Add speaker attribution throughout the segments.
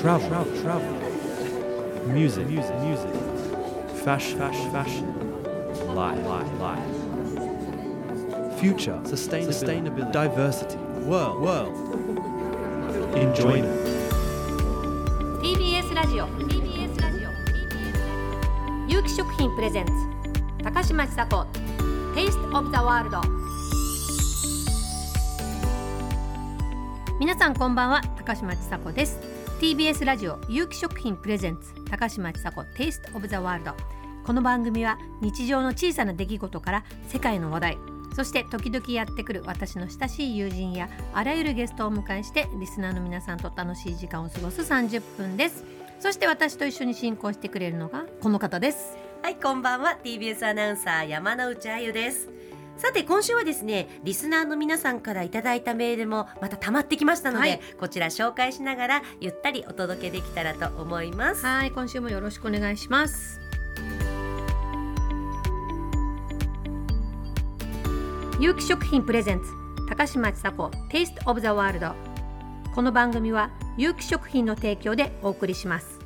Speaker 1: travel, travel, travel. Music, music, music. Fashion, fashion, fashion. Life, life, life. Future, sustainability, sustainability. diversity, world, world. Enjoyment,
Speaker 2: TBS ラジオ TBS ラジオ TBS 有機食品プレゼンツ高嶋ちさ子 Taste of the World 皆さんこんばんは高嶋ちさ子です TBS ラジオ有機食品プレゼンツ高嶋ちさ子 Taste of the World この番組は日常の小さな出来事から世界の話題そして時々やってくる私の親しい友人やあらゆるゲストをお迎えしてリスナーの皆さんと楽しい時間を過ごす30分ですそして私と一緒に進行してくれるのがこの方です
Speaker 3: はいこんばんは TBS アナウンサー山之内あゆですさて今週はですねリスナーの皆さんからいただいたメールもまた溜まってきましたので、
Speaker 2: はい
Speaker 3: こちら紹介しながらゆったりお届けできたらと思います
Speaker 2: はい今週もよろしくお願いします有機食品プレゼンツ高嶋ちさ子 Taste of the World この番組は有機食品の提供でお送りします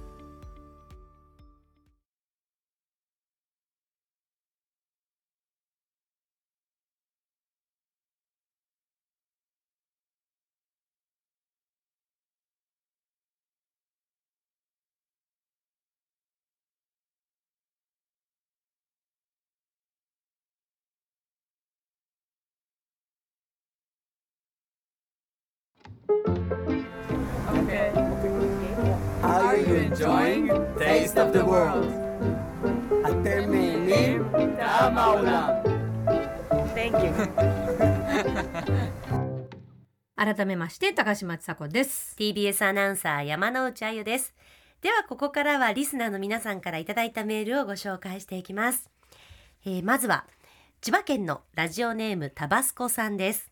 Speaker 2: 改めまして高嶋ちさ子です
Speaker 3: TBS アナウンサー山之内あゆですではここからはリスナーの皆さんからいただいたメールをご紹介していきます、えーまずは千葉県のラジオネームタバスコさんです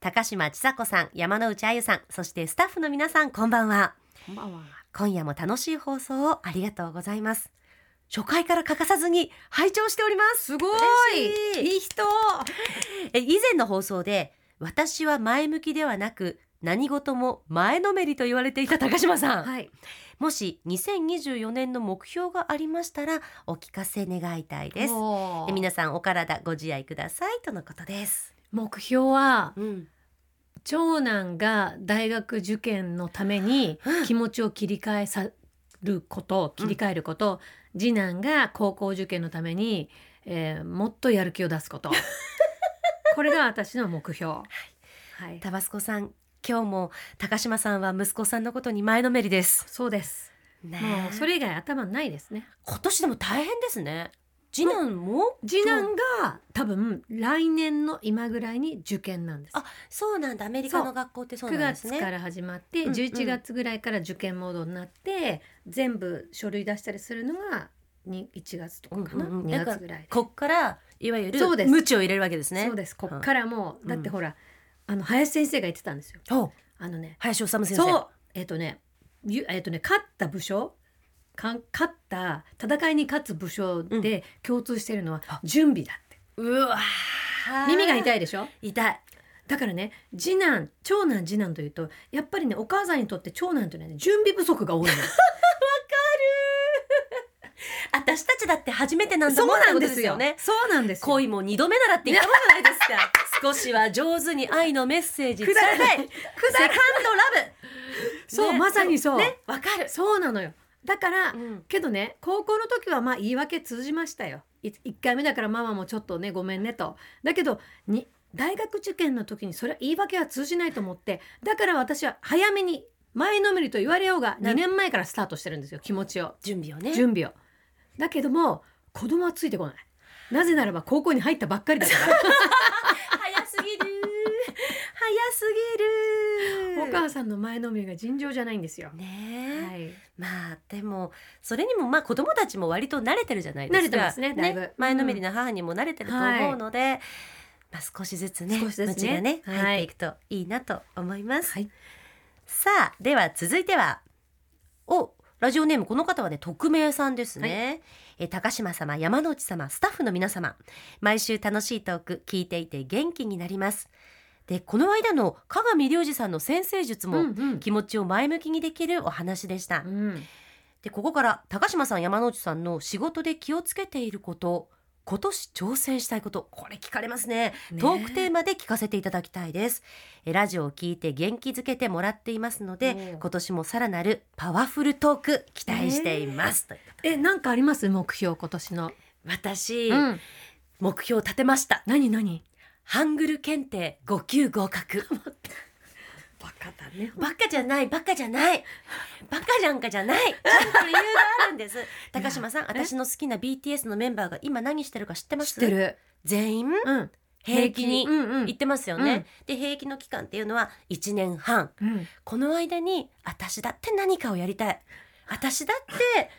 Speaker 3: 高島千佐子さん山之内あゆさんそしてスタッフの皆さんこんばんは
Speaker 2: こんばんは
Speaker 3: 今夜も楽しい放送をありがとうございます初回から欠かさずに拝聴しております
Speaker 2: すごい
Speaker 3: 嬉しい
Speaker 2: いい人
Speaker 3: え以前の放送で私は前向きではなく何事も前のめりと言われていた高島さん、
Speaker 2: はい
Speaker 3: もし2024年の目標がありましたらお聞かせ願いたいです
Speaker 2: おー
Speaker 3: で皆さんお体ご自愛くださいとのことです、
Speaker 2: 目標は
Speaker 3: うん、
Speaker 2: 長男が大学受験のために気持ちを切り替えさること切り替えること、次男が高校受験のために、えーもっとやる気を出すこと これが私の目標。はい、
Speaker 3: タバスコさん今日も高島さんは息子さんのことに前のめりです
Speaker 2: そうです。
Speaker 3: ね
Speaker 2: もう
Speaker 3: え
Speaker 2: それ以外頭ないですね。
Speaker 3: 今年でも大変ですね次男も
Speaker 2: 次男が多分来年の今ぐらいに受験なんです。
Speaker 3: あそうなんだアメリカ
Speaker 2: そ
Speaker 3: の
Speaker 2: う
Speaker 3: 学校ってそう
Speaker 2: 9
Speaker 3: なんです
Speaker 2: 月
Speaker 3: ね
Speaker 2: から始まって
Speaker 3: うんうん
Speaker 2: 11月ぐらいから受験モードになって全部書類出したりするのがに1月とかかな
Speaker 3: うんうんうん
Speaker 2: 2月ぐらいで
Speaker 3: こっからいわゆる
Speaker 2: そうです
Speaker 3: 無知を入れるわけですね
Speaker 2: そうですこっからもうだってほらあの林先生が言ってたんですよ
Speaker 3: お
Speaker 2: あのね
Speaker 3: 林修先生
Speaker 2: そうえっとねゆえっとね勝った武将かん勝った戦いに勝つ武将で共通してるのは準備だって
Speaker 3: うわ
Speaker 2: 耳が痛
Speaker 3: い
Speaker 2: いでしょ
Speaker 3: 痛い
Speaker 2: だからね次男長男次男というとやっぱりねお母さんにとって長男というのはね準備不足が多いの
Speaker 3: 私たちだって初めてなんだ
Speaker 2: そう
Speaker 3: もん
Speaker 2: なん
Speaker 3: って
Speaker 2: で
Speaker 3: こと
Speaker 2: すよ。
Speaker 3: ね
Speaker 2: そうなんですよ。
Speaker 3: 恋も二度目ならって言ったもんじゃないです か少しは上手に愛のメッセージ伝えたい
Speaker 2: くだらない
Speaker 3: セカンドラブ
Speaker 2: そう、
Speaker 3: ね
Speaker 2: まさにそう。
Speaker 3: ねわかる
Speaker 2: そうなのよ。だから、
Speaker 3: うん
Speaker 2: けどね、高校の時はまあ言い訳通じましたよ。い一回目だからママもちょっとね、ごめんねと。だけど、に大学受験の時にそれは言い訳は通じないと思って、だから私は早めに前のめりと言われようが
Speaker 3: な
Speaker 2: 2年前からスタートしてるんですよ、気持ちを、
Speaker 3: 準備をね
Speaker 2: 準備を。だけども子供はついてこない。なぜならば高校に入ったばっかりだから
Speaker 3: 早すぎる 早すぎ る
Speaker 2: お母さんの前のめりが尋常じゃないんですよ。
Speaker 3: ねえ、
Speaker 2: はい。
Speaker 3: まあでもそれにもまあ子供たちも割と慣れてるじゃないですか
Speaker 2: 慣れてますねだいぶ
Speaker 3: 前のめりな母にも慣れてると思うので、まあ少しずつね
Speaker 2: 少しずつね
Speaker 3: 無知がね
Speaker 2: はい
Speaker 3: 入っていくといいなと思います、
Speaker 2: はい
Speaker 3: さあでは続いてはおラジオネームこの方はね匿名さんですね、え高島様山之内様スタッフの皆様毎週楽しいトーク聞いていて元気になりますでこの間の加賀美良二さんの先生術
Speaker 2: う
Speaker 3: も
Speaker 2: んうん
Speaker 3: 気持ちを前向きにできるお話でした、
Speaker 2: うん
Speaker 3: でここから高島さん山之内さんの仕事で気をつけていること今年挑戦したいことこれ聞かれますね
Speaker 2: ね
Speaker 3: トークテーマで聞かせていただきたいですえラジオを聞いて元気づけてもらっていますので
Speaker 2: おう
Speaker 3: 今年もさらなるパワフルトーク期待しています、という
Speaker 2: えなんかあります目標今年の、
Speaker 3: 私、
Speaker 2: うん、
Speaker 3: 目標を立てました
Speaker 2: 何何
Speaker 3: ハングル検定5級合 格
Speaker 2: バカだね
Speaker 3: バカじゃないバカじゃないバカなんかじゃないちゃんと理由があるん です高島さん私の好きな BTS のメンバーが今何してるか知ってます
Speaker 2: 知ってる、
Speaker 3: 全員
Speaker 2: うん、
Speaker 3: 平気に
Speaker 2: うんうん
Speaker 3: 行ってますよね、で平気の期間っていうのは1年半
Speaker 2: うん
Speaker 3: この間に私だって何かをやりたい私だって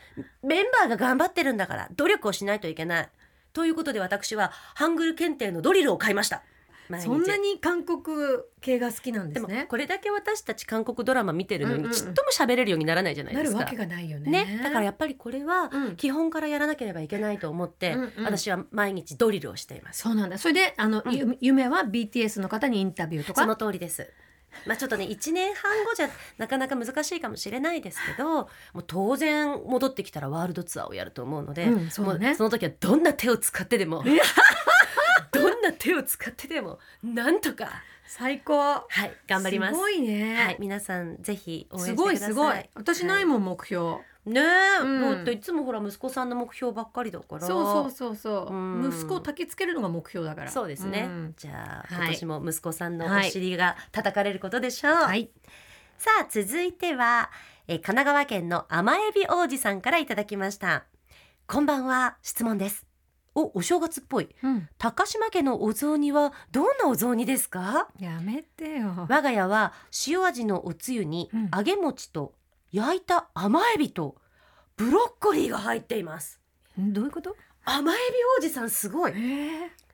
Speaker 3: メンバーが頑張ってるんだから努力をしないといけないということで私はハングル検定のドリルを買いました毎日
Speaker 2: そんなに韓国系が好きなんで
Speaker 3: ですも
Speaker 2: ね
Speaker 3: これだけ私たち韓国ドラマ見てるの
Speaker 2: うんう
Speaker 3: に
Speaker 2: ん
Speaker 3: ちっとも喋れるようにならないじゃない
Speaker 2: な
Speaker 3: で
Speaker 2: る
Speaker 3: す
Speaker 2: わ
Speaker 3: か。
Speaker 2: けがないよね
Speaker 3: ね、だからやっぱりこれは
Speaker 2: うん
Speaker 3: 基本からやらなければいけないと思って、
Speaker 2: うんうん
Speaker 3: 私は毎日ドリルをしています。
Speaker 2: そうなんだそれであの、
Speaker 3: うん
Speaker 2: ゆ夢は BTS の方にインタビューとか
Speaker 3: その通りです。まあちょっとね1年半後じゃなかなか難しいかもしれないですけどもう当然戻ってきたらワールドツアーをやると思うので、
Speaker 2: うんそうだね
Speaker 3: もその時はどんな手を使ってでも どんな手を使ってでもなんとか、
Speaker 2: 最高
Speaker 3: はい、頑張ります
Speaker 2: すごいね、
Speaker 3: はい、皆さんぜひ応援して
Speaker 2: す
Speaker 3: くだ
Speaker 2: ご
Speaker 3: さい
Speaker 2: いすごい私ないもん目標、
Speaker 3: ねえ、
Speaker 2: うん
Speaker 3: もっといつもほら息子さんの目標ばっかりだから
Speaker 2: そうそうそうそう、
Speaker 3: うん
Speaker 2: 息子を焚きつけるのが目標だから
Speaker 3: そうですね、
Speaker 2: ん
Speaker 3: じゃあ
Speaker 2: はい
Speaker 3: 今年も息子さんのお尻が叩かれることでしょう、
Speaker 2: はい
Speaker 3: さあ続いてはえー神奈川県の甘エビ王子さんからいただきましたこんばんは質問ですおお正月っぽい
Speaker 2: うん
Speaker 3: 高島家のお雑煮はどんなお雑煮ですか
Speaker 2: やめてよ
Speaker 3: 我が家は塩味のおつゆに
Speaker 2: うん
Speaker 3: 揚げ餅と焼いた甘エビとブロッコリーが入っています
Speaker 2: どういうこと
Speaker 3: 甘エビ王子さんすごい
Speaker 2: え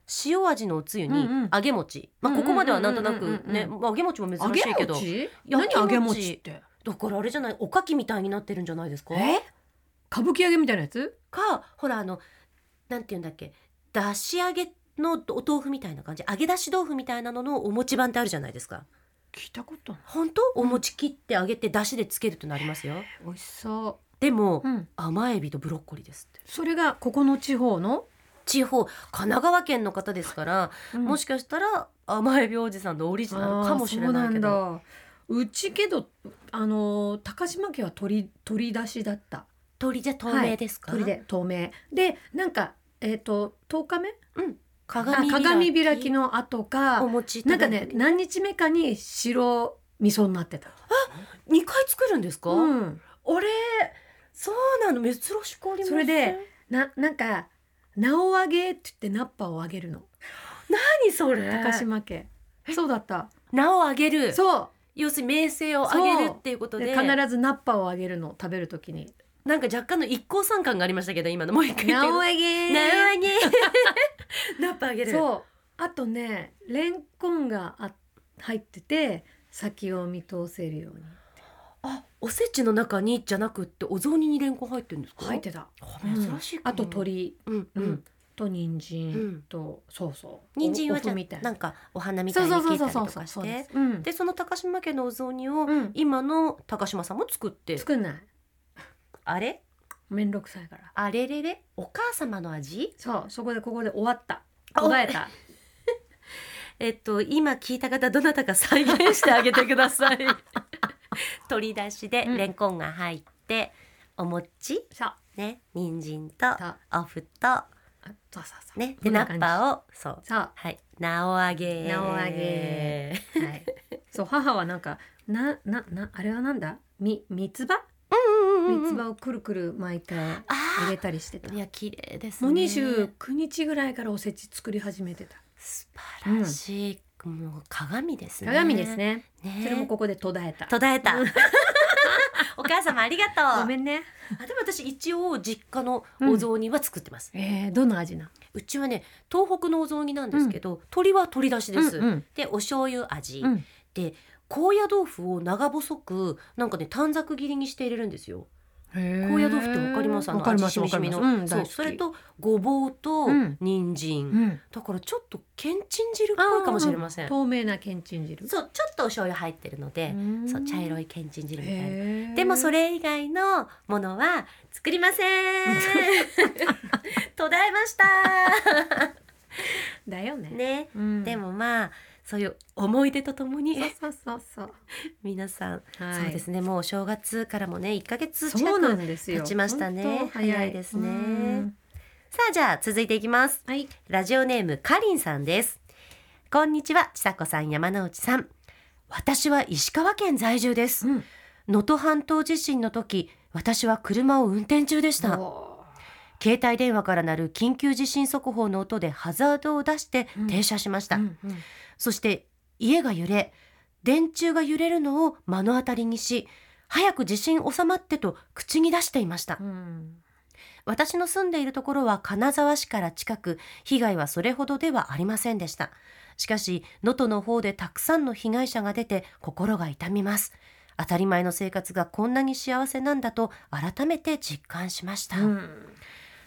Speaker 2: ー、
Speaker 3: 塩味のおつゆに
Speaker 2: うんうん
Speaker 3: 揚げ餅、
Speaker 2: うん
Speaker 3: ま
Speaker 2: う
Speaker 3: あ
Speaker 2: ん
Speaker 3: ここまではなんとな
Speaker 2: うんうん
Speaker 3: く
Speaker 2: うん
Speaker 3: ね、まあ揚げ餅も
Speaker 2: 揚
Speaker 3: 珍
Speaker 2: げ
Speaker 3: しいけど
Speaker 2: 餅
Speaker 3: 焼
Speaker 2: 何
Speaker 3: き餅
Speaker 2: 揚げ餅って
Speaker 3: だからあれじゃないおかきみたいになってるんじゃないですか
Speaker 2: え歌舞伎揚げみたいなやつ
Speaker 3: かほらあのなんていうんだっけだし揚げのお豆腐みたいな感じ揚げだし豆腐みたいなののお餅版ってあるじゃないですか
Speaker 2: 聞いたことない
Speaker 3: 本当お餅切って揚げてだしでつけるってなりますよ
Speaker 2: 美味しそ
Speaker 3: でも、
Speaker 2: う、うん、
Speaker 3: 甘エビとブロッコリーですって
Speaker 2: それがここの地方の、
Speaker 3: 地方神奈川県の方ですから、も
Speaker 2: か
Speaker 3: しかしたら甘エビおじさんのオリジナルかもしれないけど
Speaker 2: うちけどあの高島家は鳥鳥出しだった
Speaker 3: 鳥じゃ透明ですか、
Speaker 2: 鳥で透明でなんかえっ、と10日目
Speaker 3: 鏡
Speaker 2: あ鏡開きの後か
Speaker 3: お餅
Speaker 2: なんかね何日目かに白味噌になってた。
Speaker 3: 2回作るんですか、
Speaker 2: うん、
Speaker 3: あれそうなの珍しくありません
Speaker 2: それでななんか「名をあげ」って言ってナッパをあげるの
Speaker 3: 何それ
Speaker 2: 高島家、そうだった
Speaker 3: 名をあげる
Speaker 2: そう
Speaker 3: 要するに名声をあげるっていうこと
Speaker 2: で
Speaker 3: で
Speaker 2: 必ずナッパをあげるの食べるときに
Speaker 3: なんか若干の一向参観がありましたけど今のもう一
Speaker 2: 「
Speaker 3: 回言っ
Speaker 2: な
Speaker 3: て
Speaker 2: お
Speaker 3: み
Speaker 2: あげ」
Speaker 3: て名 をあげナッパあげる
Speaker 2: そうあとねレンコンがあ入ってて先を見通せるように
Speaker 3: あおせちの中にじゃなくってお雑煮にレンコン入ってるんですか
Speaker 2: 入ってた、
Speaker 3: あ
Speaker 2: うん
Speaker 3: 珍しいか
Speaker 2: あ
Speaker 3: も
Speaker 2: と鶏
Speaker 3: うんう
Speaker 2: うんんと人
Speaker 3: うん
Speaker 2: 参と、そうそう
Speaker 3: 人参は
Speaker 2: おお
Speaker 3: じ
Speaker 2: 麩
Speaker 3: ゃ
Speaker 2: みたい
Speaker 3: あなんかお花みた
Speaker 2: そ
Speaker 3: いうに
Speaker 2: そうそ
Speaker 3: 切
Speaker 2: う
Speaker 3: っ
Speaker 2: そ
Speaker 3: たり
Speaker 2: うそう
Speaker 3: とかし
Speaker 2: そうで
Speaker 3: て
Speaker 2: す、うん、
Speaker 3: でその高島家のお雑煮を
Speaker 2: うん
Speaker 3: 今の高島さんも作って
Speaker 2: 作んない
Speaker 3: あれ
Speaker 2: めんどくさいから
Speaker 3: あれれれお母様の味
Speaker 2: そうそこでここで終わった
Speaker 3: あ
Speaker 2: 途絶えた
Speaker 3: えっと今聞いた方どなたか再現してあげてください 取り出しで
Speaker 2: うん
Speaker 3: レンコンが入って、お餅
Speaker 2: そう
Speaker 3: ね人参と
Speaker 2: そう
Speaker 3: お麩と
Speaker 2: あそうそうそう
Speaker 3: ね
Speaker 2: こ
Speaker 3: で
Speaker 2: ん
Speaker 3: ナ
Speaker 2: な感
Speaker 3: ッ
Speaker 2: じ
Speaker 3: パをそう
Speaker 2: そう
Speaker 3: はいなおあげ
Speaker 2: なおあげはい、そう母はなんかなななあれはなんだみ三つ葉
Speaker 3: うんうんうん
Speaker 2: 三
Speaker 3: う
Speaker 2: つ
Speaker 3: ん
Speaker 2: 葉をくるくる巻いて入
Speaker 3: あ
Speaker 2: れたりしてた
Speaker 3: ーいや綺麗ですね
Speaker 2: もう29日ぐらいからおせち作り始めてた
Speaker 3: 素晴らしい、もう鏡ですね
Speaker 2: 鏡ですね
Speaker 3: ね
Speaker 2: それもここで途絶えた
Speaker 3: 途絶えた お母様ありがとう
Speaker 2: ごめんね
Speaker 3: あでも私一応実家のお雑煮は作ってます、
Speaker 2: えー、どんな味な
Speaker 3: うちはね東北のお雑煮なんですけど、鶏は鶏だしです、
Speaker 2: うん
Speaker 3: でお醤油味、
Speaker 2: うん
Speaker 3: で高野豆腐を長細くなんかね短冊切りにして入れるんですよ高野豆腐ってわかりますあ
Speaker 2: わ
Speaker 3: の
Speaker 2: かります
Speaker 3: 味しみしみの、
Speaker 2: わかりますうん大
Speaker 3: そう
Speaker 2: 好き
Speaker 3: それとごぼうと
Speaker 2: うん
Speaker 3: 人参、
Speaker 2: うん
Speaker 3: だからちょっとけんちん汁っぽいかもしれません、
Speaker 2: 透明なけんちん汁
Speaker 3: そうちょっとお醤油入ってるので、そう茶色
Speaker 2: い
Speaker 3: いけんちん汁みたいな
Speaker 2: み
Speaker 3: でもそ
Speaker 2: れ
Speaker 3: れ以外のものは作りませ ん途絶えました
Speaker 2: だよね
Speaker 3: ね、
Speaker 2: うん
Speaker 3: でもまあそういう思い出とともに
Speaker 2: そうそうそう
Speaker 3: 皆さん、
Speaker 2: そう、はい、
Speaker 3: そうですねもうお正月からもね1ヶ月近
Speaker 2: そうな
Speaker 3: く
Speaker 2: んですよ
Speaker 3: 経ちましたね
Speaker 2: 本当
Speaker 3: 早いですね
Speaker 2: うん
Speaker 3: さあじゃあ続いていきます
Speaker 2: はい
Speaker 3: ラジオネームかりんさんですこんにちはちさこさん山之内さん私は石川県在住です
Speaker 2: うん
Speaker 3: 能登半島地震の時私は車を運転中でした
Speaker 2: お
Speaker 3: 携帯電話から鳴る緊急地震速報の音でハザードを出して
Speaker 2: うん
Speaker 3: 停車しました、
Speaker 2: ーうんうん
Speaker 3: そして家が揺れ電柱が揺れるのを目の当たりにし早く地震収まってと口に出していました
Speaker 2: うん
Speaker 3: 私の住んでいるところは金沢市から近く被害はそれほどではありませんでしたしかし能登の方でたくさんの被害者が出て心が痛みます当たり前の生活がこんなに幸せなんだと改めて実感しまし
Speaker 2: う
Speaker 3: た、
Speaker 2: ん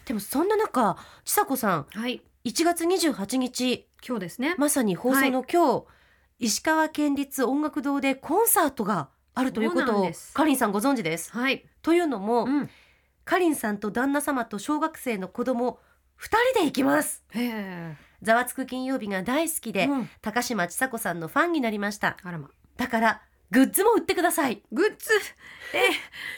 Speaker 3: でもそんな中ちさ子さん
Speaker 2: はい
Speaker 3: 1月28日
Speaker 2: 今日ですね
Speaker 3: まさに放送の今日、石川県立音楽堂でコンサートがあるというこ
Speaker 2: そう
Speaker 3: と
Speaker 2: なん
Speaker 3: を
Speaker 2: です
Speaker 3: かりんさんご存知です
Speaker 2: はい
Speaker 3: というのも、
Speaker 2: うん
Speaker 3: かりんさんと旦那様と小学生の子供2人で行きます
Speaker 2: へえ
Speaker 3: ざわつく金曜日が大好きで、
Speaker 2: うん
Speaker 3: 高嶋ちさ子さんのファンになりました
Speaker 2: あらま
Speaker 3: だからグッズも売ってください
Speaker 2: グッズ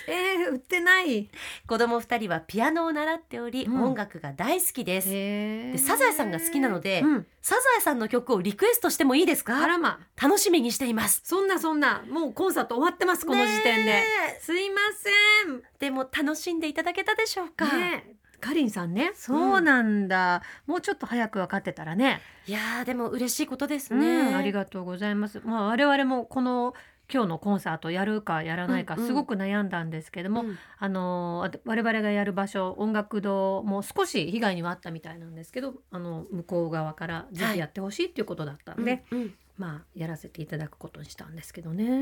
Speaker 2: ええー、売ってない
Speaker 3: 子供2人はピアノを習っており、
Speaker 2: うん
Speaker 3: 音楽が大好きです、
Speaker 2: へ
Speaker 3: でサザエさんが好きなので
Speaker 2: うん、
Speaker 3: サザエさんの曲をリクエストしてもいいです
Speaker 2: あ
Speaker 3: から
Speaker 2: ま
Speaker 3: 楽しみにしています
Speaker 2: そんなそんなもうコンサート終わってますこの時点で、
Speaker 3: ね
Speaker 2: すいません
Speaker 3: でも楽しんでいただけたでしょうか、
Speaker 2: ねえかりんさんねそうなんだ、もうちょっと早く分かってたらね
Speaker 3: いやーでも嬉しいことですね、
Speaker 2: ね、ありがとうございます。まあ我々もこの今日のコンサートやるかやらないか
Speaker 3: うんうん
Speaker 2: すごく悩んだんですけども、
Speaker 3: うん
Speaker 2: あのあと我々がやる場所音楽堂も少し被害にはあったみたいなんですけどあの向こう側からぜひやってほしいっていうことだったんで、
Speaker 3: うん
Speaker 2: まあやらせていただくことにしたんですけどね。
Speaker 3: う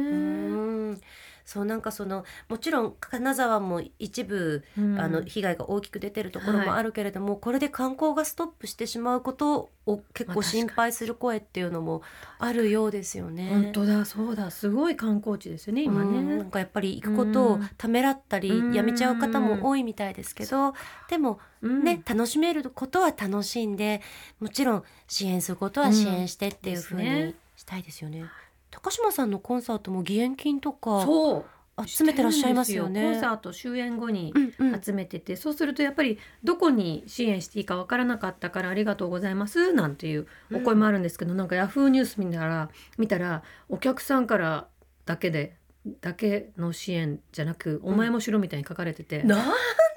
Speaker 3: んそうなんかそのもちろん金沢も一部、
Speaker 2: うん
Speaker 3: あの被害が大きく出てるところも
Speaker 2: はい
Speaker 3: あるけれども、これで観光がストップしてしまうことを結
Speaker 2: まあ確か
Speaker 3: 構
Speaker 2: に
Speaker 3: 心配する声っていうのもあるようですよね。
Speaker 2: 本当だそうだすごい観光地ですよね今ね。
Speaker 3: うんなんかやっぱり行くこと
Speaker 2: う
Speaker 3: を
Speaker 2: ん
Speaker 3: ためらったり
Speaker 2: うん
Speaker 3: やめちゃう方も多いみたいですけどでも
Speaker 2: うん
Speaker 3: ね、楽しめることは楽しんでもちろん支援することは支援してっていう風
Speaker 2: うんです
Speaker 3: に
Speaker 2: ね
Speaker 3: したいですよね。高島さんのコンサートも義援金とか
Speaker 2: そう
Speaker 3: 集めてらっしゃいますよ
Speaker 2: コ
Speaker 3: ね
Speaker 2: ン。サート終演後に
Speaker 3: うんうん
Speaker 2: 集めてて、そうするとやっぱりどこに支援していいかわからなかったからありがとうございますなんていうお声もあるんですけど、なんかヤフーニュース見たら見たらお客さんからだけでだけの支援じゃなく、お前もしろみたいに書かれてて。
Speaker 3: なん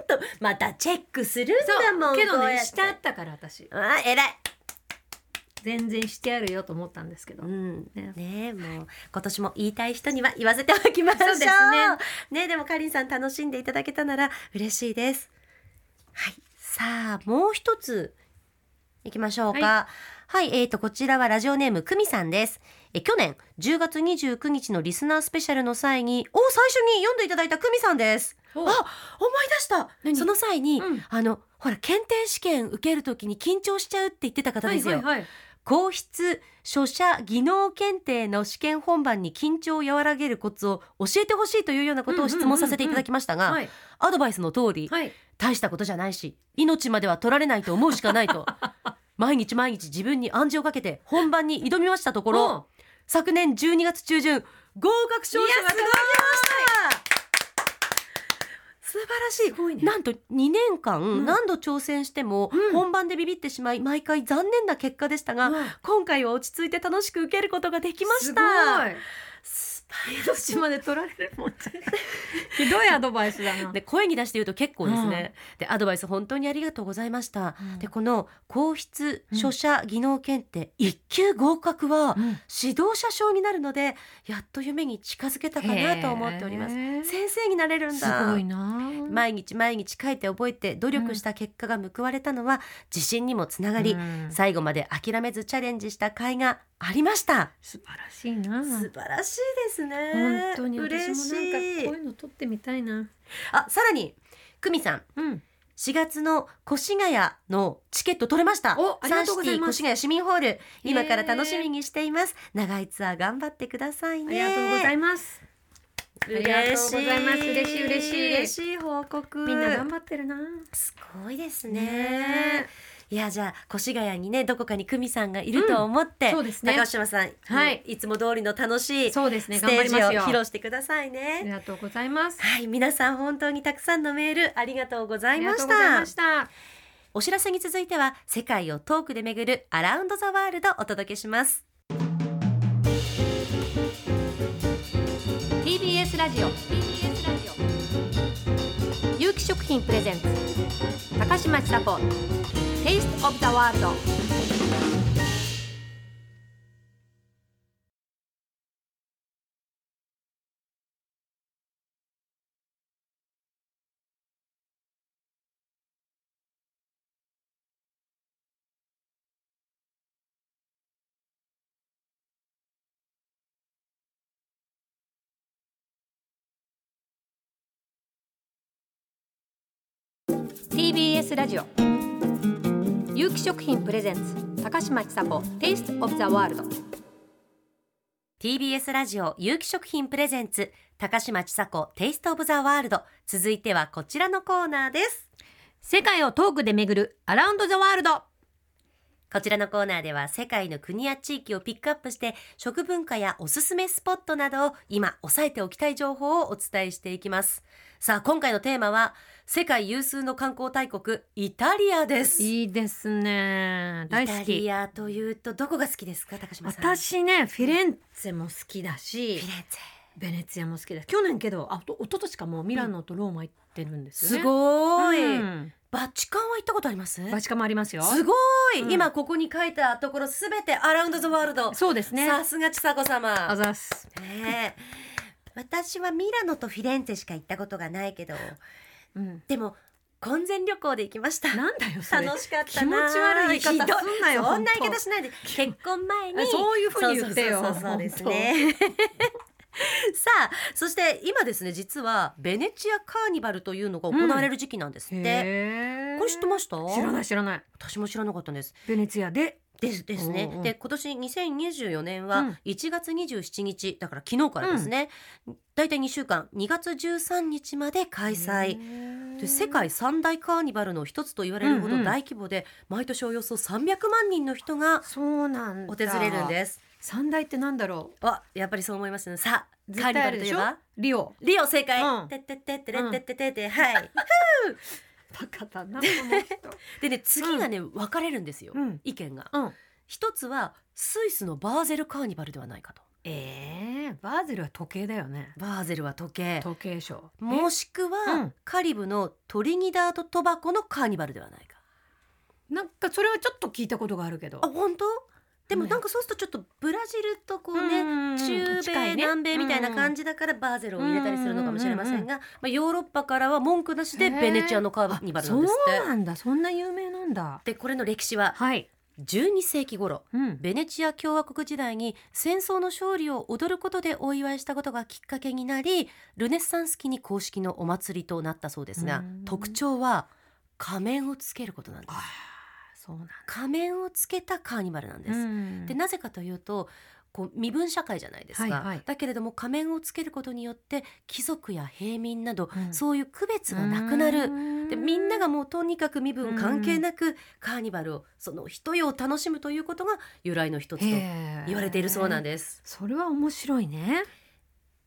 Speaker 3: とまたチェックするんだもん
Speaker 2: けど
Speaker 3: こう
Speaker 2: ね
Speaker 3: やって
Speaker 2: 下あったから私
Speaker 3: あ偉い、
Speaker 2: 全然してやるよと思ったんですけど、
Speaker 3: うん
Speaker 2: ね
Speaker 3: ねもう今年も言いたい人には言わせておきましょう
Speaker 2: そうですね
Speaker 3: ねでもかりんさん楽しんでいただけたなら嬉しいですはいさあもう一ついきましょうかはい、えーとこちらはラジオネームくみさんですえ去年10月29日のリスナースペシャルの際にお最初に読んでいただいたくみさんですあ
Speaker 2: お
Speaker 3: 思い出した
Speaker 2: 何
Speaker 3: その際に、
Speaker 2: うん
Speaker 3: あのほら検定試験受けるときに緊張しちゃうって言ってた方
Speaker 2: は
Speaker 3: で
Speaker 2: い
Speaker 3: すよ、
Speaker 2: はいはい
Speaker 3: 皇室書写技能検定の試験本番に緊張を和らげるコツを教えてほしいというようなことを質問させていただきましたが、
Speaker 2: はい
Speaker 3: アドバイスの通り、
Speaker 2: はい
Speaker 3: 大したことじゃないし命までは取られないと思うしかない と毎日毎日自分に暗示をかけて本番に挑みましたところ
Speaker 2: お
Speaker 3: 昨年12月中旬合格証書が
Speaker 2: いやす
Speaker 3: 届き
Speaker 2: ごい
Speaker 3: ました素晴らしい
Speaker 2: すごいね
Speaker 3: なんと2年間
Speaker 2: ん
Speaker 3: 何度挑戦しても
Speaker 2: うん
Speaker 3: 本番でビビってしまい毎回残念な結果でしたが、
Speaker 2: うん
Speaker 3: 今回は落ち着いて楽しく受けることができました
Speaker 2: すごい広島で取られるもんじゃないひどいアドバイスだな
Speaker 3: で声に出して言うと結構ですね、でアドバイス本当にありがとうございました、
Speaker 2: うん
Speaker 3: でこの皇室書写技能検定1級合格は指導者賞になるのでやっと夢に近づけたかなと思っております
Speaker 2: へー
Speaker 3: 先生になれるん
Speaker 2: す
Speaker 3: だ
Speaker 2: ごいな
Speaker 3: 毎日毎日書いて覚えて努力した結果が報われたのは自信にもつながり、
Speaker 2: うん
Speaker 3: 最後まで諦めずチャレンジした甲斐がありました。
Speaker 2: 素晴らしいな
Speaker 3: 素晴らしいですね。
Speaker 2: 本当に私
Speaker 3: 嬉
Speaker 2: も
Speaker 3: し
Speaker 2: なんかこうい
Speaker 3: い。
Speaker 2: うの撮ってみたいな
Speaker 3: あ、さらに、久美さん、
Speaker 2: うん
Speaker 3: 4月の越谷のチケット取れました。
Speaker 2: おありがとうございます
Speaker 3: サンシティ越谷市民ホール、今から楽しみにしています。長いツアー頑張ってください
Speaker 2: あ
Speaker 3: ね。
Speaker 2: りがとうございますありがとうございます嬉しい嬉しい
Speaker 3: 嬉しい報告。
Speaker 2: みんな頑張ってるな
Speaker 3: すごいです
Speaker 2: ね
Speaker 3: ね。いやじゃあ越谷にねどこかに久美さんがいると思っ
Speaker 2: う
Speaker 3: て、
Speaker 2: んそうですね
Speaker 3: 高島さん、
Speaker 2: はい
Speaker 3: いつも通りの楽しいステ
Speaker 2: そうですね頑張
Speaker 3: ー
Speaker 2: り
Speaker 3: ジ
Speaker 2: ます
Speaker 3: を
Speaker 2: よ
Speaker 3: 披露してください
Speaker 2: あり
Speaker 3: ね。
Speaker 2: がとうございます
Speaker 3: はい皆さん本当にたくさんのメールありがとうござ
Speaker 2: あ
Speaker 3: い
Speaker 2: り
Speaker 3: ま
Speaker 2: がとう
Speaker 3: し
Speaker 2: ござい
Speaker 3: た
Speaker 2: ま。した
Speaker 3: お知らせに続いては世界をトークで巡るアラウンドザワールドをお届けします。
Speaker 2: TBS ラジオ TBS ラジオ有機食品プレゼンツ高嶋ちさ子 Taste of the World TBS ラジオ有機食品プレゼンツ高嶋ちさ子 Taste of the World
Speaker 3: TBS ラジオ有機食品プレゼンツ高嶋ちさ子テイストオブザワールド続いてはこちらのコーナーです。
Speaker 2: 世界をトークで巡るアラウンドザワールド
Speaker 3: こちらのコーナーでは世界の国や地域をピックアップして食文化やおすすめスポットなどを今押さえておきたい情報をお伝えしていきます。さあ今回のテーマは世界有数の観光大国イタリアです。イ
Speaker 2: いいですね大好
Speaker 3: タリ
Speaker 2: き
Speaker 3: アというとどこが好きですか高島さん。
Speaker 2: 私ねフィレンツェも好きだ
Speaker 3: フ
Speaker 2: し
Speaker 3: ィレンツェ
Speaker 2: ベネツィアも好きだ去年けどあと一昨年かもうミラノとローマ行ってるんですよ
Speaker 3: す
Speaker 2: ね、
Speaker 3: ごい、
Speaker 2: うん
Speaker 3: バチカンは行ったことあります
Speaker 2: バチカンもありますよ
Speaker 3: すごい、
Speaker 2: うん
Speaker 3: 今ここに書いたところすべてアラウンドザワールド。
Speaker 2: そうですね
Speaker 3: さすがちさ子様。
Speaker 2: あざっす
Speaker 3: ねえ私はミラノとフィレンツェしか行ったことがないけど
Speaker 2: うん
Speaker 3: でも婚前旅行で行きました
Speaker 2: なんだよそれ
Speaker 3: 楽しかったな
Speaker 2: 気持ち悪い言い方
Speaker 3: ひど
Speaker 2: すんなよ
Speaker 3: そんな
Speaker 2: ほんと
Speaker 3: 言い方しないで結婚前に
Speaker 2: あそういう風に言ってよ
Speaker 3: そうそうそうそうですね さあそして今ですね実はベネチアカーニバルというのが行われる時期なんですって、
Speaker 2: へー
Speaker 3: これ知ってました
Speaker 2: 知らない知らない
Speaker 3: 私も知らなかったんです
Speaker 2: ベネツィアで
Speaker 3: ですですね。
Speaker 2: うんうん
Speaker 3: で今年2024年
Speaker 2: う
Speaker 3: は
Speaker 2: ん
Speaker 3: 1月27日、だから昨日からですね、だいたい2週間2月13日まで開催。で世界三大カーニバルの一つと言われる
Speaker 2: う
Speaker 3: ほ
Speaker 2: ん
Speaker 3: ど
Speaker 2: うん
Speaker 3: 大規模で、毎年およそ300万人の人が
Speaker 2: そうなんだ
Speaker 3: 訪れるんです。
Speaker 2: 三大ってなんだろ
Speaker 3: あやっぱりそう思いますね。さあ
Speaker 2: う
Speaker 3: カーニバルといえば
Speaker 2: リオ
Speaker 3: リオ正解。
Speaker 2: うん
Speaker 3: てってってってれってってってってはい。
Speaker 2: バカだなこの 人
Speaker 3: でね次がね分かれるんですよ、
Speaker 2: うん
Speaker 3: 意見が。
Speaker 2: うん
Speaker 3: 一つはスイスのバーゼルカーニバルではないかと。
Speaker 2: えー、バーゼルは時計だよね
Speaker 3: バーゼルは時計。
Speaker 2: 時計賞
Speaker 3: もしくは、
Speaker 2: うん
Speaker 3: カリブのトリニダード・トバコのカーニバルではないか。
Speaker 2: なんかそれはちょっと聞いたことがあるけど
Speaker 3: あ本当でも
Speaker 2: ね
Speaker 3: なんかそうするとちょっとブラジルとこうね、中米、南米みたいな感
Speaker 2: じ
Speaker 3: じだからバーゼルを入れたりするのかもしれませんが、まあ、ヨーロッパからは文句なしでベネチアのカーニバルなんですって。
Speaker 2: そうなんだそんな有名なんだ
Speaker 3: でこれの歴史は
Speaker 2: はい
Speaker 3: 12世紀頃
Speaker 2: うん
Speaker 3: ベネチア共和国時代に戦争の勝利を踊ることでお祝いしたことがきっかけになりルネッサンス期に公式のお祭りとなったそうです
Speaker 2: う
Speaker 3: が
Speaker 2: ん
Speaker 3: 特徴は仮面をつけることなんです
Speaker 2: あーそうなんだ
Speaker 3: 仮面をつけたカーニバルなんです、
Speaker 2: うん
Speaker 3: でなぜかというとこう身分社会じゃないですか、
Speaker 2: はいはい
Speaker 3: だけれども仮面をつけることによって貴族や平民など、
Speaker 2: うん
Speaker 3: そういう区別がなくなるでみんながもうとにかく身分関係なくカーニバルをその一夜を楽しむということが由来の一つと
Speaker 2: 言
Speaker 3: 言われているそうなん
Speaker 2: で
Speaker 3: です。
Speaker 2: それは面白いね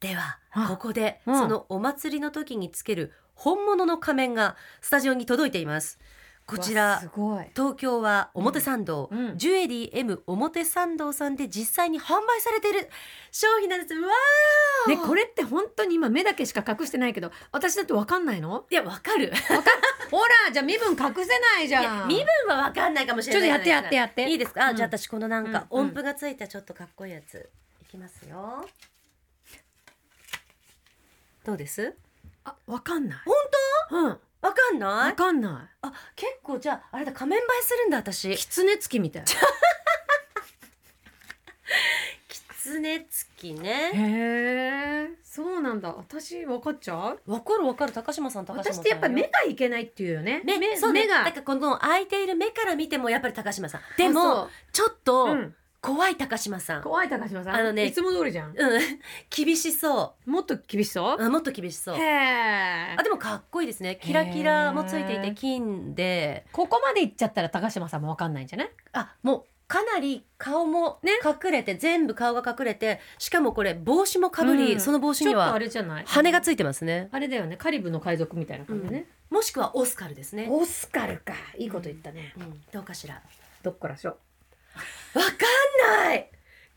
Speaker 3: では
Speaker 2: あ
Speaker 3: ここで
Speaker 2: うん
Speaker 3: そのお祭りの時につける本物の仮面がスタジオに届いています。こち
Speaker 2: うわ
Speaker 3: ら
Speaker 2: すごい
Speaker 3: 東京は表参道、
Speaker 2: うんうん
Speaker 3: ジュエリー M 表参道さんで実際に販売されている商品なんですうわー
Speaker 2: ねこれって本当に今目だけしか隠してないけど私だってわかんないの
Speaker 3: いやわかる
Speaker 2: ほらじゃあ身分隠せないじ
Speaker 3: い
Speaker 2: ゃ
Speaker 3: や
Speaker 2: ん
Speaker 3: 身分はわかんないかもしれない
Speaker 2: ちょっとやってやってやって
Speaker 3: いいですか、あ
Speaker 2: うん
Speaker 3: じゃあ私このなんか
Speaker 2: うんうん
Speaker 3: 音符がついたちょっとかっこいいやついきますよどうです
Speaker 2: あわかんない
Speaker 3: 本
Speaker 2: うん
Speaker 3: 当わかんな
Speaker 2: わ
Speaker 3: い
Speaker 2: かんな
Speaker 3: あ結構じゃああれだ仮面映えするんだ
Speaker 2: い
Speaker 3: 私
Speaker 2: 狐つきみたい
Speaker 3: 狐付きね
Speaker 2: へえそうなんだ私分かっちゃう
Speaker 3: わかるわかる高島さん高島さん
Speaker 2: 私ってやっぱ目がいけないっていうよね
Speaker 3: 目
Speaker 2: 目
Speaker 3: そうね
Speaker 2: 目が
Speaker 3: だからこの開いている目から見てもやっぱり高島さんでも
Speaker 2: あ
Speaker 3: ちょっ
Speaker 2: そ
Speaker 3: と
Speaker 2: ううん
Speaker 3: 怖い高島さん
Speaker 2: 怖い高島さん
Speaker 3: あのね
Speaker 2: いつも通りじゃん
Speaker 3: うん 厳しそ
Speaker 2: もっと厳しそう
Speaker 3: ううんもっと厳しそう
Speaker 2: へえ
Speaker 3: あでもかっこいいですねキラキラもついてい
Speaker 2: へ
Speaker 3: て
Speaker 2: ー
Speaker 3: 金で
Speaker 2: ここまで行っちゃったら高島さんも分かんないんじゃない
Speaker 3: あもうかなり顔も
Speaker 2: ね
Speaker 3: 隠れて、全部顔が隠れてしかもこれ帽子もかぶり、
Speaker 2: うん
Speaker 3: その帽子
Speaker 2: ちょっ
Speaker 3: に
Speaker 2: とあ
Speaker 3: は
Speaker 2: れじゃない
Speaker 3: 羽がついてますね
Speaker 2: あれだよねカリブの海賊みたいな感じね、
Speaker 3: もしくはオスカルですね、
Speaker 2: オスカルかいいこと言ったね
Speaker 3: うん、どうかしらわ
Speaker 2: どっからしよ
Speaker 3: かんない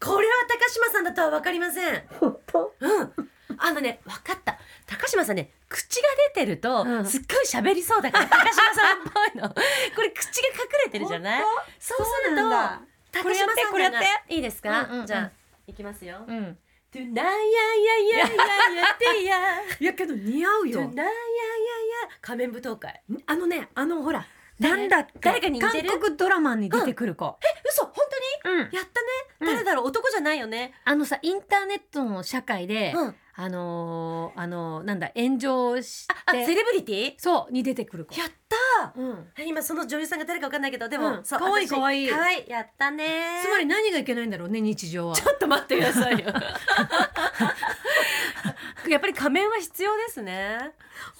Speaker 3: これは高島さんだとはわかりません
Speaker 2: う本当
Speaker 3: うんあのねわかった高島さんね口が出てると、
Speaker 2: うん
Speaker 3: すっごい喋りそうだから高島さんっぽいのこれ口が隠れてるじゃないそうする
Speaker 2: こ
Speaker 3: と高
Speaker 2: れやっ
Speaker 3: 島
Speaker 2: て
Speaker 3: さん
Speaker 2: これやって
Speaker 3: ていいですか、
Speaker 2: うんうんうん
Speaker 3: じゃあいきますよ
Speaker 2: う。ん
Speaker 3: Tonight, yeah, yeah, yeah, yeah, yeah.
Speaker 2: いやけど似合う
Speaker 3: Tonight, yeah, yeah, yeah. 仮面舞踏会。
Speaker 2: あのねあのほらな
Speaker 3: 誰
Speaker 2: んだっけ
Speaker 3: 誰かに似てる
Speaker 2: 韓国ドラマに出てくる子、
Speaker 3: 嘘本当
Speaker 2: うん
Speaker 3: にやったね。
Speaker 2: うん
Speaker 3: 誰だろう、男じゃないよね。
Speaker 2: あのさインターネットの社会で、
Speaker 3: うん。あ、
Speaker 2: あのーあのーなんだ炎上し
Speaker 3: あセ
Speaker 2: て
Speaker 3: レブリテ
Speaker 2: そうに出てくる子
Speaker 3: ィやった
Speaker 2: うん
Speaker 3: 今その女優さんが誰かわかんないけど、で
Speaker 2: う
Speaker 3: も、
Speaker 2: ん
Speaker 3: そう
Speaker 2: 可愛い
Speaker 3: 私
Speaker 2: 可愛い
Speaker 3: 可愛いやったね。
Speaker 2: つまり何がいけないんだろうね日常は
Speaker 3: ちょっと待ってくださいよ。 やっぱり仮面は必要ですね。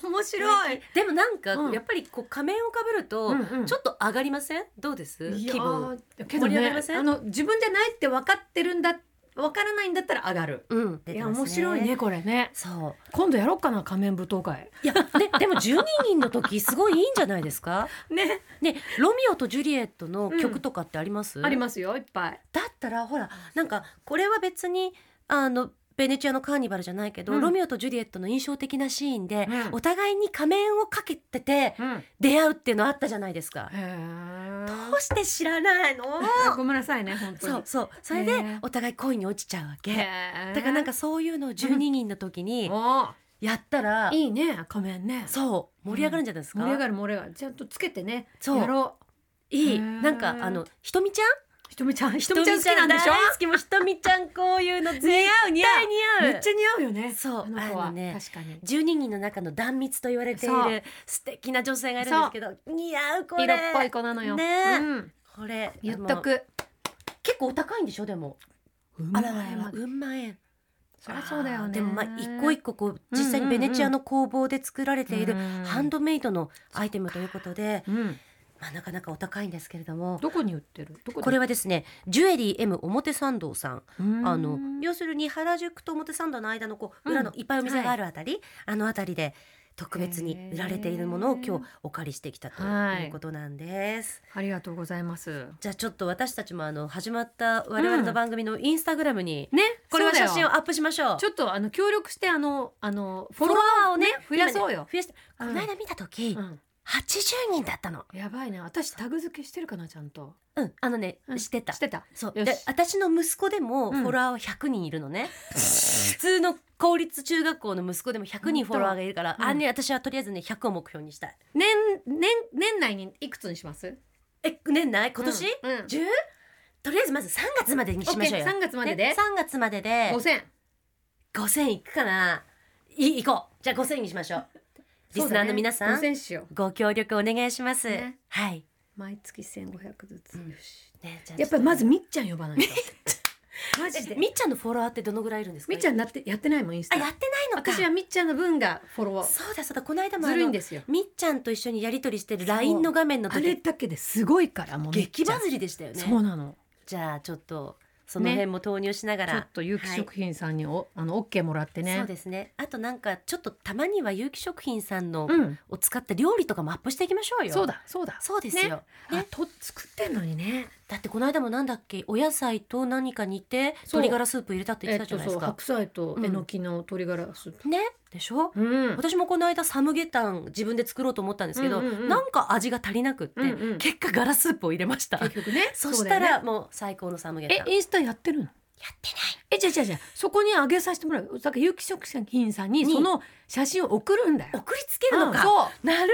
Speaker 2: 面白い、
Speaker 3: でもなんか、
Speaker 2: うん
Speaker 3: やっぱりこう仮面をかぶると、
Speaker 2: うんうん
Speaker 3: ちょっと上がりませんどうです
Speaker 2: いや
Speaker 3: 気分。
Speaker 2: ーけど
Speaker 3: 盛り上がり
Speaker 2: ね
Speaker 3: ません
Speaker 2: あの自分じゃないって分かってるんだ分からないんだったら上がる
Speaker 3: うん、
Speaker 2: いや面白いね。これね
Speaker 3: そう。
Speaker 2: 今度やろうかな仮面舞踏会
Speaker 3: いや、ね、でも12人の時すごいいいんじゃないですか。
Speaker 2: ね
Speaker 3: ね、ロミオとジュリエットの曲とかってあります、
Speaker 2: ありますよいっぱい
Speaker 3: だったらほらなんかこれは別にあのベネチアのカーニバルじゃないけど、
Speaker 2: うん
Speaker 3: ロミオとジュリエットの印象的なシーンで、
Speaker 2: うん
Speaker 3: お互いに仮面をかけてて
Speaker 2: うんへ
Speaker 3: 出会うっていうのあったじゃないですか。
Speaker 2: え
Speaker 3: どうして知らないの
Speaker 2: ごめんなさいね本当に
Speaker 3: そうそうそれ
Speaker 2: へ
Speaker 3: で
Speaker 2: ー
Speaker 3: お互い恋に落ちちゃうわ
Speaker 2: へ
Speaker 3: け。
Speaker 2: え
Speaker 3: だからなんかそういうのを12人の時に
Speaker 2: おー
Speaker 3: やったら、
Speaker 2: いいね仮面ね
Speaker 3: そう盛り上がるんじゃないですか、
Speaker 2: 盛り上がる盛り上がるちゃんとつけてね
Speaker 3: そう
Speaker 2: やろう
Speaker 3: い
Speaker 2: へ
Speaker 3: い
Speaker 2: ー
Speaker 3: なんかあのひとみちゃん
Speaker 2: ひとみちゃんひとみちゃん好きなんでしょ
Speaker 3: 大好きもひとみちゃんこういうの絶
Speaker 2: 似合う似合
Speaker 3: 対似合う
Speaker 2: めっちゃ似合うよね
Speaker 3: そう
Speaker 2: あの子
Speaker 3: あ
Speaker 2: は
Speaker 3: のね
Speaker 2: 確かに
Speaker 3: 12人の中の断蜜と言われてい
Speaker 2: そ
Speaker 3: る素敵な女性がいるんですけど似合うこれ
Speaker 2: 色っぽい子なのよ
Speaker 3: ねえ
Speaker 2: うん
Speaker 3: これ
Speaker 2: 言っと
Speaker 3: あの
Speaker 2: く
Speaker 3: 結構お高いんでしょでも
Speaker 2: うん
Speaker 3: あらららうんま円
Speaker 2: そりゃそうだよ
Speaker 3: あー
Speaker 2: ね
Speaker 3: でもまあ一個一個こう実際にベネチアの工房で作られている
Speaker 2: うん
Speaker 3: ハンドメイドのアイテムということで、
Speaker 2: うん
Speaker 3: まあ、なかなかお高いんですけれども
Speaker 2: どこに売ってるどこで
Speaker 3: これはですねジュエリー M 表参道さん
Speaker 2: うん
Speaker 3: あの要するに原宿と表参道の間のこ
Speaker 2: う
Speaker 3: う
Speaker 2: ん
Speaker 3: 裏のいっぱいお店があるあたり、あのあたりで特別に売られているものを
Speaker 2: へー
Speaker 3: 今日お借りしてきたと
Speaker 2: はい
Speaker 3: いうことなんです。
Speaker 2: ありがとうございます
Speaker 3: じゃあちょっと私たちもあの始まった我々の番組のインスタグラムに、
Speaker 2: ね
Speaker 3: これは写真
Speaker 2: を
Speaker 3: をアップしましょう。
Speaker 2: ちょっとあの協力してあのあのフォ
Speaker 3: フォ
Speaker 2: ロ
Speaker 3: ロ
Speaker 2: ワ
Speaker 3: ワーをね
Speaker 2: ね増やそうよ
Speaker 3: 今ね増やしてこ
Speaker 2: うん
Speaker 3: の間見た時、
Speaker 2: ー
Speaker 3: 80人だったの。
Speaker 2: うんやばいね私タグ付けしてるかなちゃんと
Speaker 3: うん、あのね、
Speaker 2: うん
Speaker 3: してた
Speaker 2: し。てた
Speaker 3: そう
Speaker 2: よし
Speaker 3: で私の息子でも
Speaker 2: う
Speaker 3: フ
Speaker 2: ん
Speaker 3: ォロワーは100人いる のね、普通の公立中学校の息子でも100人フォロワーがいるから、
Speaker 2: うん
Speaker 3: あね私はとりあえずね100を目標にしたい
Speaker 2: 年年年内にいくつにします
Speaker 3: え年内今年、
Speaker 2: うんうん
Speaker 3: 十とりあえずまず3月までにしましょうよ、
Speaker 2: オッケー3月までで
Speaker 3: ね、3月までで
Speaker 2: 五千
Speaker 3: 5000いくかないいこうじゃあ5000にしましょうリスナーの皆さ
Speaker 2: 五
Speaker 3: ん、
Speaker 2: 千しよう
Speaker 3: ご協力お願いします、
Speaker 2: ね
Speaker 3: はい
Speaker 2: 毎月千五百ずつ、よし
Speaker 3: ねじゃあ
Speaker 2: やっぱりまずみっちゃん呼ばないと マ
Speaker 3: え
Speaker 2: ジで
Speaker 3: みっちゃんのフォロワーってどのぐらいいるんですか
Speaker 2: みっちゃんなってやってないもんインス
Speaker 3: あ
Speaker 2: タ
Speaker 3: やってないのか
Speaker 2: 私はみっちゃんの分がフォロワー
Speaker 3: そうだそうだこの間もあ
Speaker 2: ず
Speaker 3: の
Speaker 2: るいんですよ
Speaker 3: みっちゃんと一緒にやり取りしてる
Speaker 2: そう
Speaker 3: LINE の画面の
Speaker 2: あれ
Speaker 3: 時
Speaker 2: だけですごいからもうみっ
Speaker 3: 激
Speaker 2: ちゃ
Speaker 3: バ
Speaker 2: ん
Speaker 3: ズりでしたよ
Speaker 2: そ
Speaker 3: ね
Speaker 2: うなの
Speaker 3: じゃあちょっとその辺も投入しなが
Speaker 2: ち
Speaker 3: ら、
Speaker 2: ょっと有機食品さんにお、あのオッケーもらってね
Speaker 3: そうですねあとなんかちょっとたまには有機食品さんの
Speaker 2: うん
Speaker 3: を使った料理とかもアップしていきましょうよ
Speaker 2: そうだそうだ
Speaker 3: そうですよ、
Speaker 2: あと作ってんのにね
Speaker 3: だってこの間もなんだっけお野菜と何か煮て
Speaker 2: そう
Speaker 3: 鶏ガラスープ入れたって言ってたじゃないですか、
Speaker 2: 白菜と
Speaker 3: え
Speaker 2: え
Speaker 3: の
Speaker 2: のきの鶏ガラスープ、
Speaker 3: ねでしょ、
Speaker 2: うん
Speaker 3: 私もこの間サムゲタン自分で作ろうと思ったんですけど、
Speaker 2: うんうんうん
Speaker 3: なんか味が足りなくって、
Speaker 2: うんうん
Speaker 3: 結果ガラスープを入れました
Speaker 2: 結局ね
Speaker 3: そしたら
Speaker 2: う
Speaker 3: もう最高のサムゲ
Speaker 2: だよ
Speaker 3: タ
Speaker 2: ね
Speaker 3: ン
Speaker 2: えインスタやってるの
Speaker 3: やってない
Speaker 2: えじゃあじゃあじゃあそこにあげさせてもらうだから有機食品さんに
Speaker 3: に
Speaker 2: その写真を送るんだよ。
Speaker 3: 送りつけるの
Speaker 2: うん
Speaker 3: か、
Speaker 2: そ
Speaker 3: なる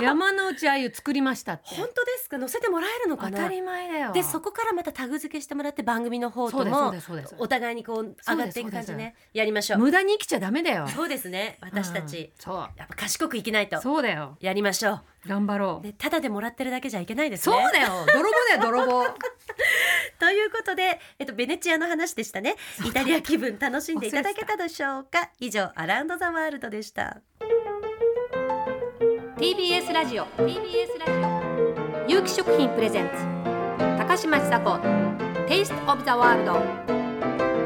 Speaker 2: う山之内あゆ作りましたって
Speaker 3: ほど本当ですか載せてもらえるのか
Speaker 2: 当
Speaker 3: な
Speaker 2: たり前だよ。
Speaker 3: でそこからまたタグ付けしてもらって番組の方
Speaker 2: そう
Speaker 3: と
Speaker 2: ですそう
Speaker 3: も
Speaker 2: ですそうです
Speaker 3: お互いにこう上がっていく感じ
Speaker 2: そうで
Speaker 3: ねやりましょう
Speaker 2: 無駄に生きちゃダメだよ。
Speaker 3: そうですね私たち、
Speaker 2: うんそう
Speaker 3: やっぱ賢く生きないと
Speaker 2: そうだよ
Speaker 3: やりましょ
Speaker 2: 頑張ろ
Speaker 3: う
Speaker 2: う。
Speaker 3: でただでもらってるだけじゃいけないです
Speaker 2: そ
Speaker 3: ね
Speaker 2: うだよ泥棒だよ泥棒。
Speaker 3: ということで、えっと、ベネチアの話でしたねイタリア気分楽しんでいただけたでしょうか以上アラウンドザワールドでした
Speaker 2: TBS ラジオ TBS ラジオ有機食品プレゼンツ高嶋ちさ子 Taste of the World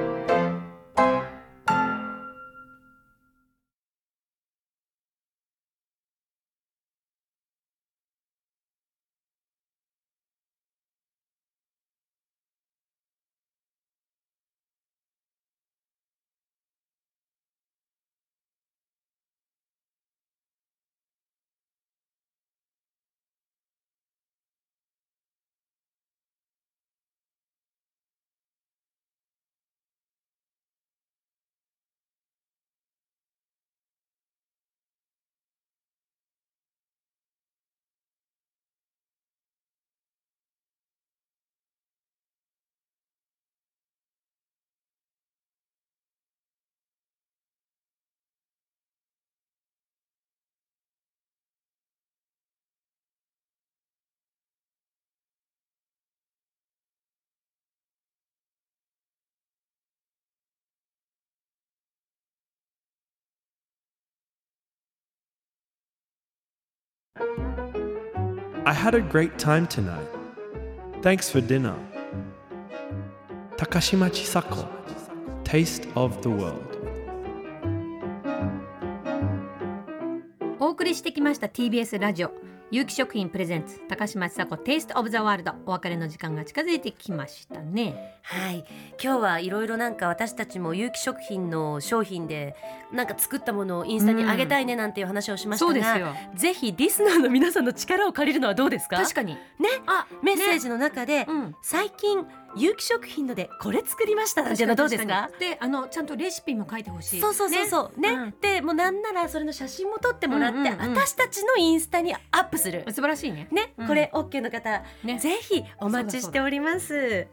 Speaker 1: I had a great time tonight. Thanks for dinner. Takashima Chisako, Taste of the World.
Speaker 2: お送りしてきました TBS ラジオ有機食品プレゼンツ高嶋ちさ子 Taste of the World お別れの時間が近づいてきましたね
Speaker 3: はい今日はいろいろなんか私たちも有機食品の商品でなんか作ったものをインスタに上げたいねなんていう話をしまし
Speaker 2: そう
Speaker 3: た
Speaker 2: です
Speaker 3: が、
Speaker 2: よ
Speaker 3: ぜひリスナーの皆さんの力を借りるのはどうですか
Speaker 2: 確かにね
Speaker 3: あメッセージの中で、
Speaker 2: うん
Speaker 3: 最近有機食品のでこれ作りましたなんていうのどうですか
Speaker 2: 確にであのちゃんとレシピも書いてほしい
Speaker 3: そうそうそうそうね
Speaker 2: ねうん
Speaker 3: でもうなんならそれの写真も撮ってもらって、
Speaker 2: うんうんうん
Speaker 3: 私たちのインスタにアップする
Speaker 2: 素晴らしいね
Speaker 3: ね、
Speaker 2: うん
Speaker 3: これ OK の方
Speaker 2: ね
Speaker 3: ぜひお待ちしております。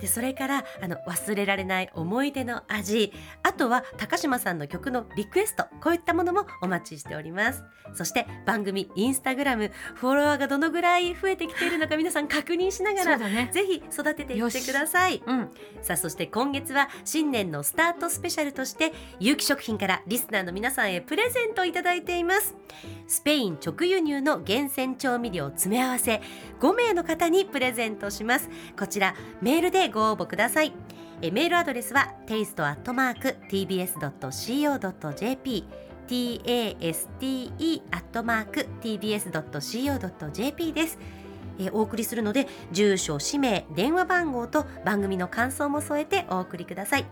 Speaker 3: でそれからあの忘れられない思い出の味あとは高島さんの曲のリクエストこういったものもお待ちしておりますそして番組インスタグラムフォロワーがどのぐらい増えてきているのか皆さん確認しなが
Speaker 2: そう
Speaker 3: ら
Speaker 2: だね
Speaker 3: ぜひ育ててい
Speaker 2: よ
Speaker 3: って
Speaker 2: し
Speaker 3: ください
Speaker 2: うん
Speaker 3: さあそして今月は新年のスタートスペシャルとして有機食品からリスナーの皆さんへプレゼントをいただいていますスペイン直輸入の厳選調味料詰め合わせ5名の方にプレゼントしますこちらメールでご応募くださいえメールアドレスは taste.tbs.co.jp taste.tbs.co.jp ですえーお送りするので住所氏名電話番号と番組の感想も添えてお送りください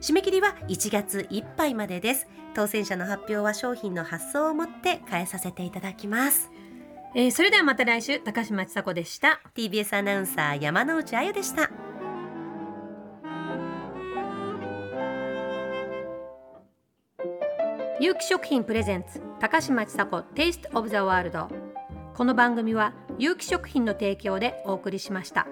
Speaker 3: 締め切りは1月いっぱいまでです当選者の発表は商品の発送をもって返させていただきます
Speaker 2: えーそれではまた来週高嶋ちさ子でした
Speaker 3: TBS アナウンサー山之内あゆでした
Speaker 2: 有機食品プレゼンツ高嶋ちさ子 Taste of the World この番組は有機食品の提供でお送りしました。